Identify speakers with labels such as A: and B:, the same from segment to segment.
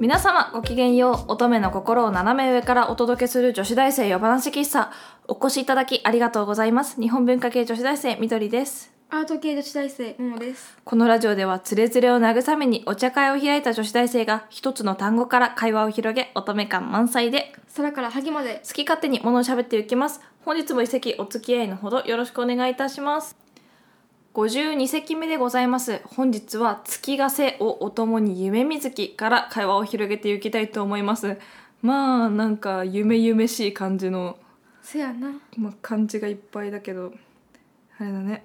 A: 皆様ごきげんよう乙女の心を斜め上からお届けする女子大生夜話喫茶お越しいただきありがとうございます日本文化系女子大生みどりです
B: アート系女子大生ももです
A: このラジオではつれづれを慰めにお茶会を開いた女子大生が一つの単語から会話を広げ乙女感満載で
B: 空から萩まで
A: 好き勝手に物を喋っていきます本日も一席お付き合いのほどよろしくお願いいたします52席目でございます本日は月がせをお供に夢みずきから会話を広げていきたいと思いますまあなんか夢夢しい感じの、
B: せやな
A: まあ、感じがいっぱいだけどあれだね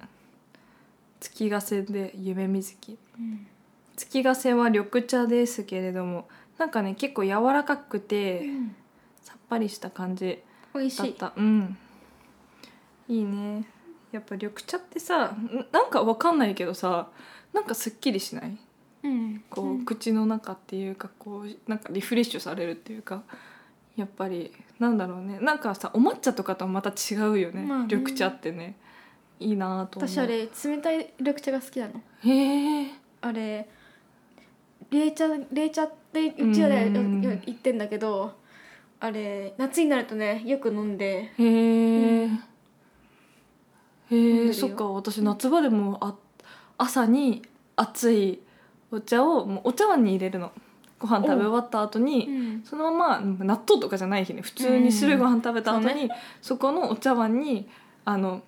A: 月がせで夢みずき
B: うん
A: 月がせは緑茶ですけれどもなんかね結構柔らかくてさっぱりした感じ
B: 美味し
A: だっ
B: い
A: たうんいいねやっぱ緑茶ってさんなんかわかんないけどさなんかすっきりしない
B: うん
A: こう、口の中っていうかこうなんかリフレッシュされるっていうかやっぱりなんだろうねなんかさお抹茶とかとはまた違うよね,、
B: まあね
A: 緑茶ってねいいなと思う
B: 私あれ冷たい緑茶が好きなの
A: へえ
B: あれ冷茶冷茶ってうちらで
A: うん
B: よよ言ってんだけどあれ夏になるとねよく飲んで
A: へえ、
B: う
A: へ
B: んんで
A: え
B: るよ
A: そっか私夏場でもあ朝に熱いお茶をもうお茶碗に入れるのご飯食べ終わった後に、
B: ん
A: そのまま納豆とかじゃない日ね普通にするご飯食べた後に、
B: うんそ
A: そこのお茶碗にあの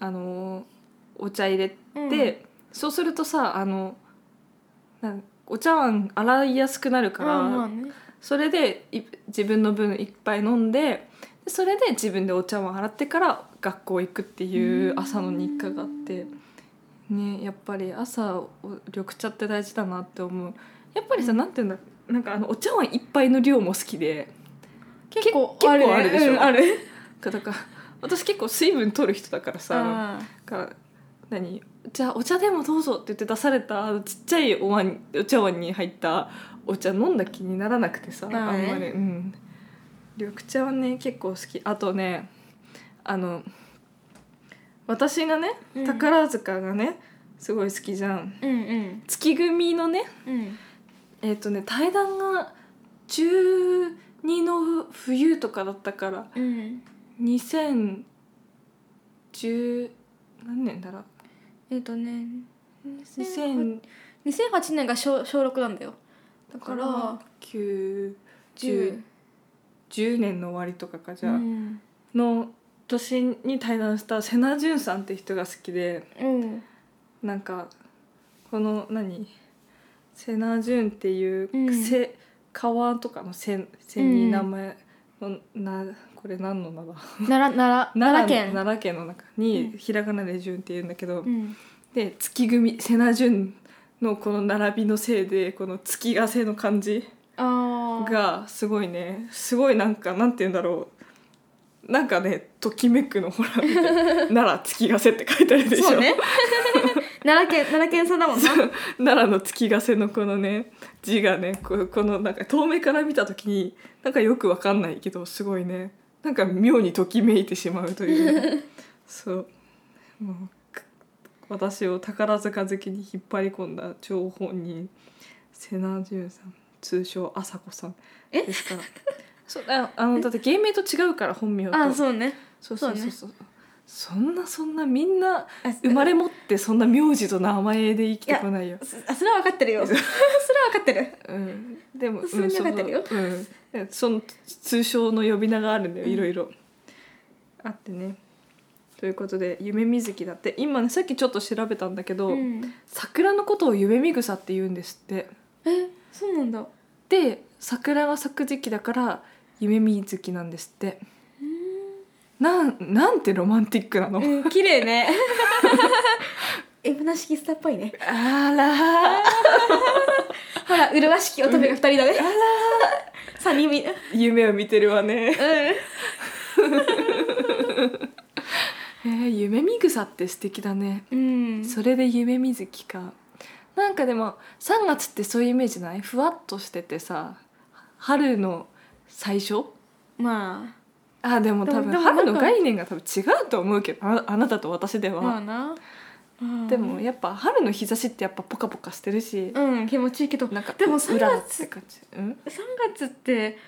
A: あのーお茶入れて、そうするとさあのなんお茶碗洗いやすくなる
B: か
A: から、
B: らまあね
A: それでい自分の分いっぱい飲んででそれで自分でお茶碗洗ってから学校行くっていう朝の日課があってねやっぱり朝お緑茶って大事だなって思うやっぱりさ、
B: うん
A: なんていうんだなんかあのお茶碗一杯の量も好きで
B: 結構
A: 結構あるでしょ
B: うんある
A: だから私結構水分取る人だからさ
B: あ
A: から何じゃあお茶でもどうぞって言って出されたあのちっちゃいお椀お茶碗に入ったお茶飲んだ気にならなくてさ、
B: まあね
A: あんまり、うん、緑茶はね結構好きあとねあの私がね
B: うん
A: 宝塚がね、すごい好きじゃん
B: ーうんうん
A: 月組のね
B: うん
A: えっ、とね対談が中2の冬とかだったから
B: うん
A: 2010何年だろう
B: えっとね
A: 2008
B: 2008年が小小6なんだよだ
A: だ
B: か
A: からら9
B: 10
A: 10 10年の終わりとかかじゃあ、
B: うん
A: の年に対談した瀬名淳さんって人が好きで
B: うん
A: なんかこの何瀬名淳っていう、
B: うん
A: せ川とかの瀬瀬に名前の、なこれ何の名だ
B: 奈良奈良奈良県
A: 奈良県の中に、ひらがなで淳って言うんだけど、
B: うん
A: で月組瀬名淳のこの並びのせいでこの月がせの感じ
B: あー
A: がすごいねすごいなんかなんて言うんだろうなんかねときめくのほら見て 奈良月がせって書いてあるでしょ
B: そうね奈良県奈良県産だもんな
A: そう奈良の月がせのこのね字がねここのなんか遠目から見た時になんかよくわかんないけどすごいねなんか妙にときめいてしまうというねそうもうく私を宝塚好きに引っ張り込んだ張本人瀬名淳さん通称朝子さん
B: え
A: ですからそうああのだって芸名と違うから本名と
B: あーそうね
A: そうそう
B: そう
A: そう
B: ね
A: そうそんなそんなみんな
B: あ
A: 生まれ持ってそんな名字と名前で生きてこないよ
B: そあそれは分かって るよそれは分かってる
A: うん、でも
B: 普通に分かってるよ
A: うんそのうん、その通称の呼び名があるんだよ
B: うん
A: いろいろ、あってねということで夢みずきだって今ねさっきちょっと調べたんだけど、
B: うん
A: 桜のことを夢みぐさって言うんですって
B: えそうなんだう
A: で桜が咲く時期だから夢みずきなんですってなんなんてロマンティックなの、
B: ーんうん綺麗ね えむなしきスターっぽいね
A: あらー
B: ほら麗しき乙女が二人だね、 三人みうん
A: 夢を見てるわねえー、夢みぐさって素敵だね
B: うん
A: それで夢みずきかなんかでも3月ってそういうイメージないふわっとしててさ春の最初
B: ま
A: あでも多分
B: でもでもなん
A: 春
B: か
A: の概念が多分違うと思うけどああなたと私では、
B: あまあな
A: でもやっぱ春の日差しってやっぱポカポカしてるし、
B: うん気持ちいいけど3
A: なんか
B: でも
A: うららって感じ、うん、
B: 月って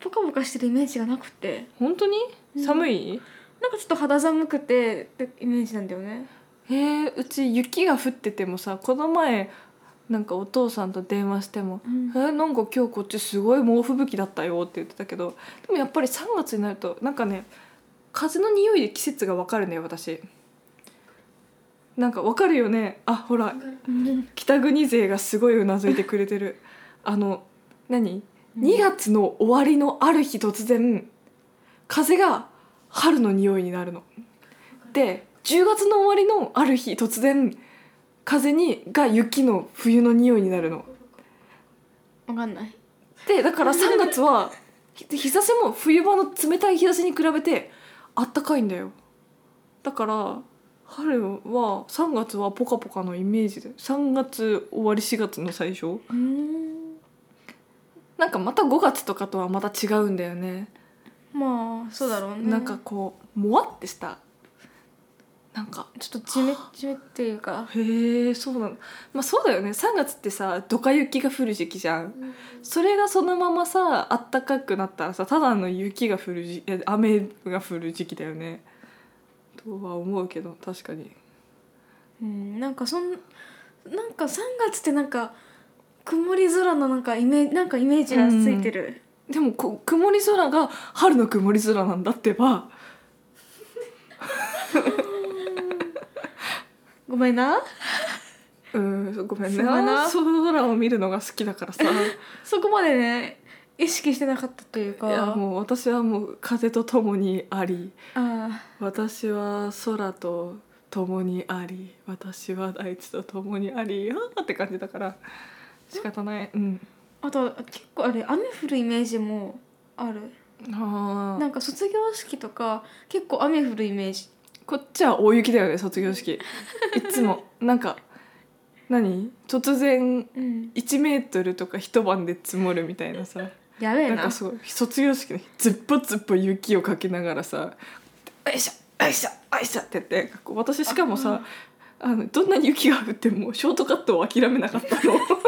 B: ポカポカしてるイメージがなくて
A: 本当に
B: うん
A: 寒い、
B: なんかちょっと肌寒くてってイメージなんだよね
A: へえうち雪が降っててもさこの前なんかお父さんと電話しても「
B: うん
A: えなんか今日こっちすごい猛吹雪だったよ」って言ってたけどでもやっぱり3月になるとなんかね風の匂いで季節がわかるね私なんかわかるよねあほら北国勢がすごいうなずいてくれてるあの何2月の終わりのある日突然風が春の匂いになるの。で10月の終わりのある日突然風にが雪の冬の匂いになるの。
B: 分かんない
A: でだから3月はひ日差しも冬場の冷たい日差しに比べてあったかいんだよだから春は3月はポカポカのイメージで3月終わり4月の最初
B: うん
A: なんかまた5月とかとはまた違うんだよね
B: まあそうだろうね
A: なんかこうもわってしたなんか
B: ちょっとジメジメっていうか
A: へえそうなのまあそうだよね3月ってさドカ雪が降る時期じゃんそれがそのままさあったかくなったらさただの雪が降るじえ雨が降る時期だよねとは思うけど確かに
B: うんなんかそんなんか3月ってなんか曇り空のなんかイメージなんかイメージがついてる、
A: でもこ曇り空が春の曇り空なんだってば
B: ごめんな
A: うんそうごめん
B: すごい
A: な
B: な
A: 空を見るのが好きだからさい
B: そこまでね意識してなかったというか
A: やもう私はもう風と共にあり
B: あ
A: 私は空と共にあり私は大地と共にありあーって感じだから仕方ないうん
B: ああと結構あれ雨降るイメージもある
A: あー
B: なんか卒業式とか結構雨降るイメージ
A: こっちは大雪だよね卒業式いつもなんか何突然
B: うん
A: 1メートルとか一晩で積もるみたいなさ
B: やべえ
A: なん
B: な
A: かすごい卒業式の日ずっぽずっぽ雪をかけながらさ「よいしょよいしょよいしょ」ってやってなんかこう私しかもさあのどんなに雪が降ってもショートカットを諦めなかった のだから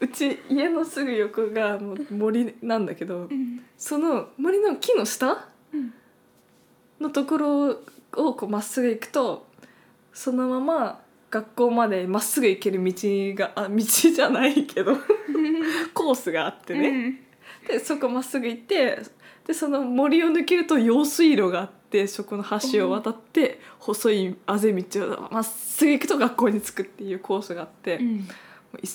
A: うち家のすぐ横がもう森なんだけど
B: うん
A: その森の木の下
B: うん
A: のところをこうまっすぐ行くとそのまま学校までまっすぐ行ける道があ道じゃないけどコースがあってね、でそこまっすぐ行ってでその森を抜けると用水路があってそこの橋を渡って細いあぜ道をまっすぐ行くと学校に着くっていうコースがあって、
B: う
A: も
B: ん
A: う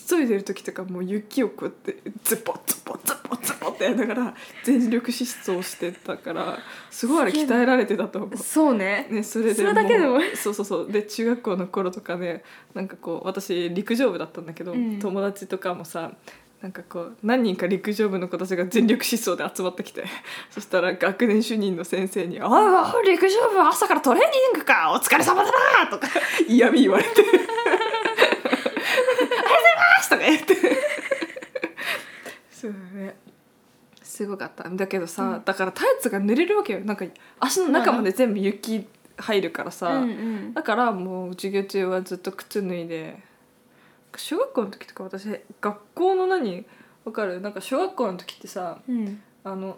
A: 急いでる時とかもう雪をこうやってズボズボズボズボってやりながら全力疾走してたからすごいあれ
B: すげえ
A: 鍛えられてたと思う
B: うん。そうね
A: ね、それで
B: それだけでも
A: うそうそうそうで中学校の頃とかねなんかこう私陸上部だったんだけど、
B: うん
A: 友達とかもさなんかこう何人か陸上部の子たちが全力疾走で集まってき てそしたら学年主任の先生に「ああ陸上部朝からトレーニングかお疲れ様だな」と か嫌味言われて 「ありがとうございます」とか言って そうだねすごかったんだけどさ、
B: うん
A: だからタイツが濡れるわけよなんか足の中まで全部雪入るからさ、
B: うんうん
A: だからもう授業中はずっと靴脱いで小学校の時とか私学校の何わかるなんか小学校の時ってさ
B: うん
A: あの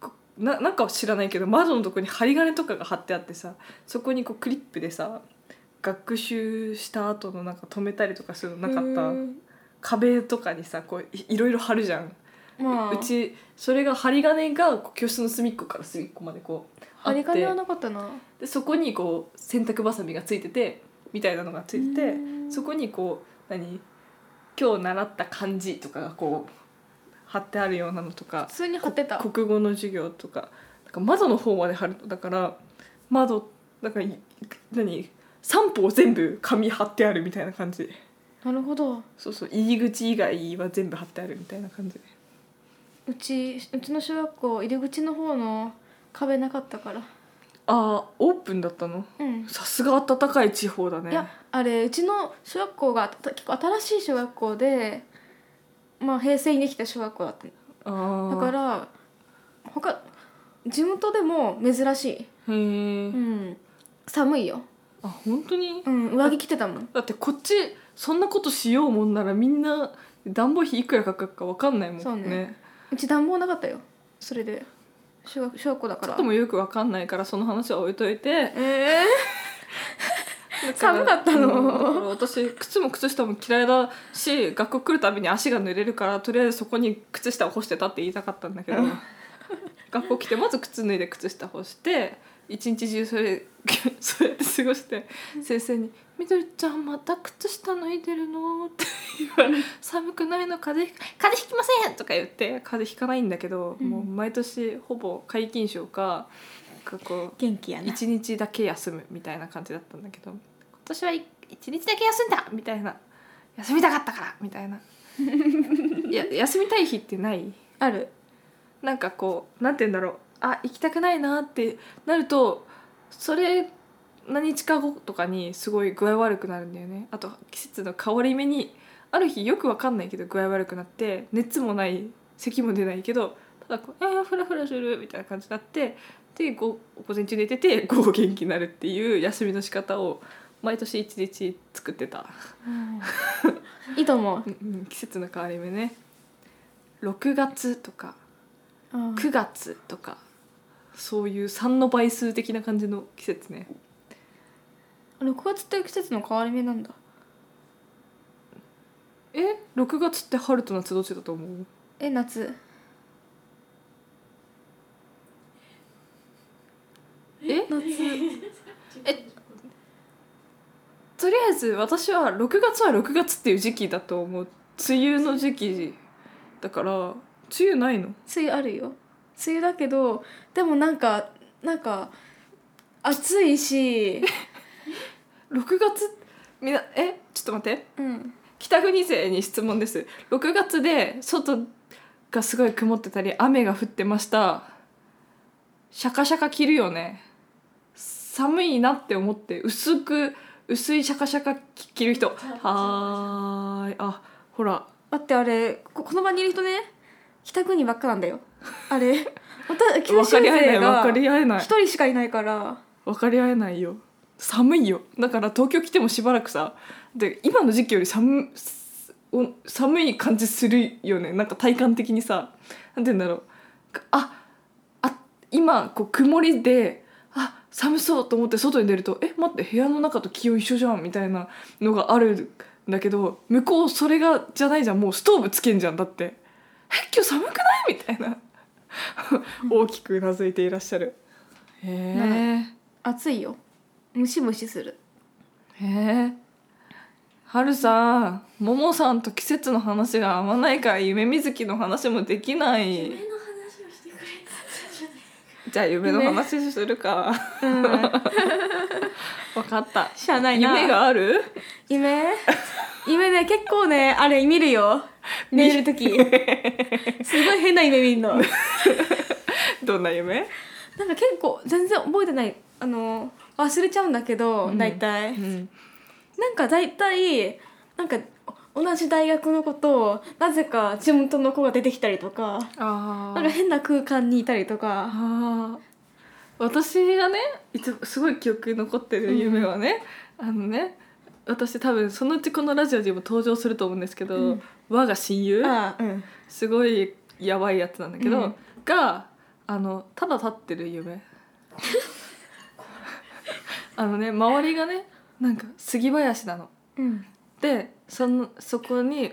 A: こななんか知らないけど窓のとこに針金とかが貼ってあってさそこにこうクリップでさ学習した後のなんか止めたりとかするのなかった
B: うん
A: 壁とかにさこういいろいろ貼るじゃん
B: まあ
A: うちそれが針金がこう教室の隅っこから隅っこまでこうあっ
B: 針
A: て
B: 金はなかったな
A: でそこにこう洗濯ばさみがついててみたいなのがついてて
B: うん
A: そこにこう何今日習った漢字とかがこう貼ってあるようなのとか
B: 普通に貼ってた
A: こ国語の授業とかなんか窓の方まで貼るとだから窓なんかい何三方全部紙貼ってあるみたいな感じ
B: なるほど
A: そうそう入り口以外は全部貼ってあるみたいな感じ
B: うちうちの小学校入り口の方の壁なかったから
A: ああオープンだったの
B: うん
A: さすが暖かい地方だね
B: いやあれうちの小学校がた結構新しい小学校でまあ平成にできた小学校だったの
A: あー
B: だから他地元でも珍し
A: へ
B: い、
A: え
B: うん、寒いよ、
A: あ本当に
B: うん、上着着てたもん
A: だってこっちそんなことしようもんならみんな暖房費いくらかかるかわかんないもんね
B: そうねうち暖房なかったよそれで小学小学校だか
A: ちょ
B: ら
A: っともよくわかんないからその話は置いといて
B: ええ寒かった
A: うんだから
B: の
A: 私靴も靴下も嫌いだし学校来るたびに足が濡れるからとりあえずそこに靴下を干してたって言いたかったんだけど
B: うん
A: 学校来てまず靴脱いで靴下干して一日中それそうやって過ごして先生に「みどりちゃんまた靴下脱いでるの?」って言われ「寒くないの風邪ひか風邪ひきません!」とか言って風邪ひかないんだけど、
B: うん
A: もう毎年ほぼ皆勤賞かなんかこう
B: 元気やな
A: 1日だけ休むみたいな感じだったんだけど今年は1日だけ休んだみたいな休みたかったからみた いないや休みたい日ってない
B: ある
A: なんかこうなんて言うんだろうあ行きたくないなってなるとそれ何日か後とかにすごい具合悪くなるんだよねあと季節の変わり目にある日よくわかんないけど具合悪くなって熱もない咳も出ないけどただこう「えー、フラフラする」みたいな感じになってで午午前中寝てて 午後元気になるっていう休みの仕方を毎年一日作ってた、
B: いいと思う
A: うんうん、季節の変わり目ね6月とか
B: うん
A: 9月とかそういう3の倍数的な感じの季節ね
B: 6月って季節の変わり目なんだ
A: え6月って春と夏どっちだと思う
B: え夏
A: え
B: 夏
A: とりあえず私は6月は6月っていう時期だと思う梅雨の時期だから梅雨ないの
B: 梅雨あるよ梅雨だけどでもなんかなんか暑いし
A: 6月みんなえちょっと待って
B: うん
A: 北国勢に質問です6月で外がすごい曇ってたり雨が降ってましたシャカシャカ着るよね寒いなって思って薄く薄いシャカシャカ着る人はーいあほら
B: 待ってあれここの場にいる人ね北国ばっかなんだよあれ また九
A: 分
B: 州
A: かり合えない
B: 勢
A: 分
B: が
A: かり合えない
B: 一人しかいないから
A: 分かり合えないよ寒いよだから東京来てもしばらくさで今の時期より寒すお寒い感じするよねなんか体感的にさなんて言うんだろうああ今こう曇りであ寒そうと思って外に出るとえ待って部屋の中と気温一緒じゃんみたいなのがあるんだけど向こうそれがじゃないじゃんもうストーブつけんじゃんだってえ今日寒くないみたいな大きくうなずいていらっしゃるへえ
B: 暑いよムシムシする
A: へえはるさんももさんと季節の話が合わないから夢みずきの話もできない
C: 夢の話をしてくれてたじゃない
A: じゃあ夢の話するか、
B: うん
A: 分かった
B: しゃあない な
A: 夢がある
B: 夢夢ね結構ねあれ見るよ寝る時すごい変な夢見るのなんか
A: どんな夢
B: 結構全然覚えてないあの忘れちゃうんだけど、
A: うん
B: 大体
A: ん
B: なんか大体なんか同じ大学のことをなぜか地元の子が出てきたりとか
A: あ
B: なんか
A: ー
B: 変な空間にいたりとか
A: あー私がねいつすごい記憶に残ってる夢はね、あのね私多分そのうちこのラジオにも登場すると思うんですけど、
B: うん
A: 我が親友
B: あうん
A: すごいやばいやつなんだけど、
B: うん
A: があのただ立ってる 夢あのね周りがねなんか杉林なの
B: うん
A: でそのそこに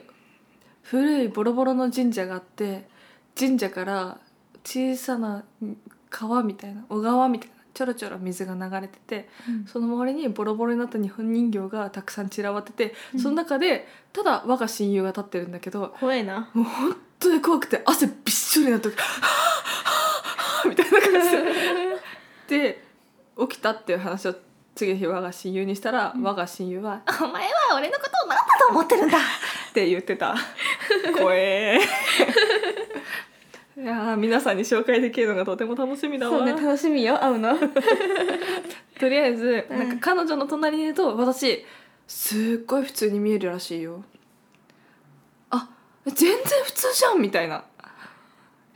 A: 古いボロボロの神社があって神社から小さな川みたいな小川みたいなちょろちょろ水が流れててその周りにボロボロになった日本人形がたくさん散らばってて、
B: うん
A: その中でただ我が親友が立ってるんだけど
B: 怖い な
A: もう本当に怖くて汗びっしょりになってはぁはぁはぁみたいな感じでで起きたっていう話を次の日我が親友にしたら、我が親友は「お前は俺のことを何だと思ってるんだ!」って言ってた怖えいやー皆さんに紹介できるのがとても楽しみだわ
B: そうね楽しみよ会うの
A: とりあえず、
B: うん
A: なんか彼女の隣にいると私すっごい普通に見えるらしいよあ全然普通じゃんみたいな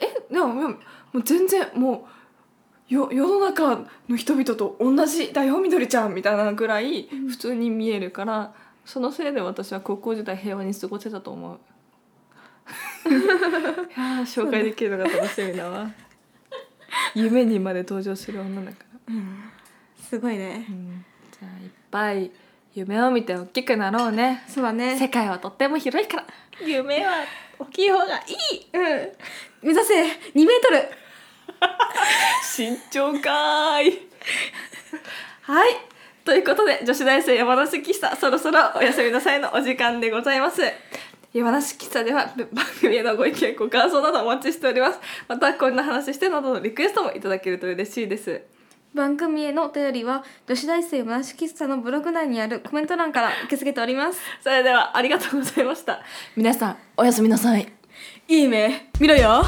A: えでももうもう全然もうよ世の中の人々と同じだよみどりちゃんみたいなぐらい
B: うん
A: 普通に見えるから、そのせいで私は高校時代平和に過ごせたと思 ういやー紹介できるのが楽しみだ わ夢にまで登場する女だから、
B: うんすごいね
A: うんじゃあいっぱい夢を見て大きくなろうね
B: そうだね
A: 世界はとっても広いから夢は大きい方がいい
B: うん目指せ2メートル
A: 慎重かーいはいということで女子大生山梨喫茶そろそろおやすみなさいのお時間でございます山梨喫茶ではぶ番組へのご意見ご感想などお待ちしておりますまたこんな話してなどのリクエストもいただけると嬉しいです
B: 番組へのお便りは女子大生むなし喫茶のブログ内にあるコメント欄から受け付けております
A: それではありがとうございました皆さんおやすみなさい
B: いい目見ろよ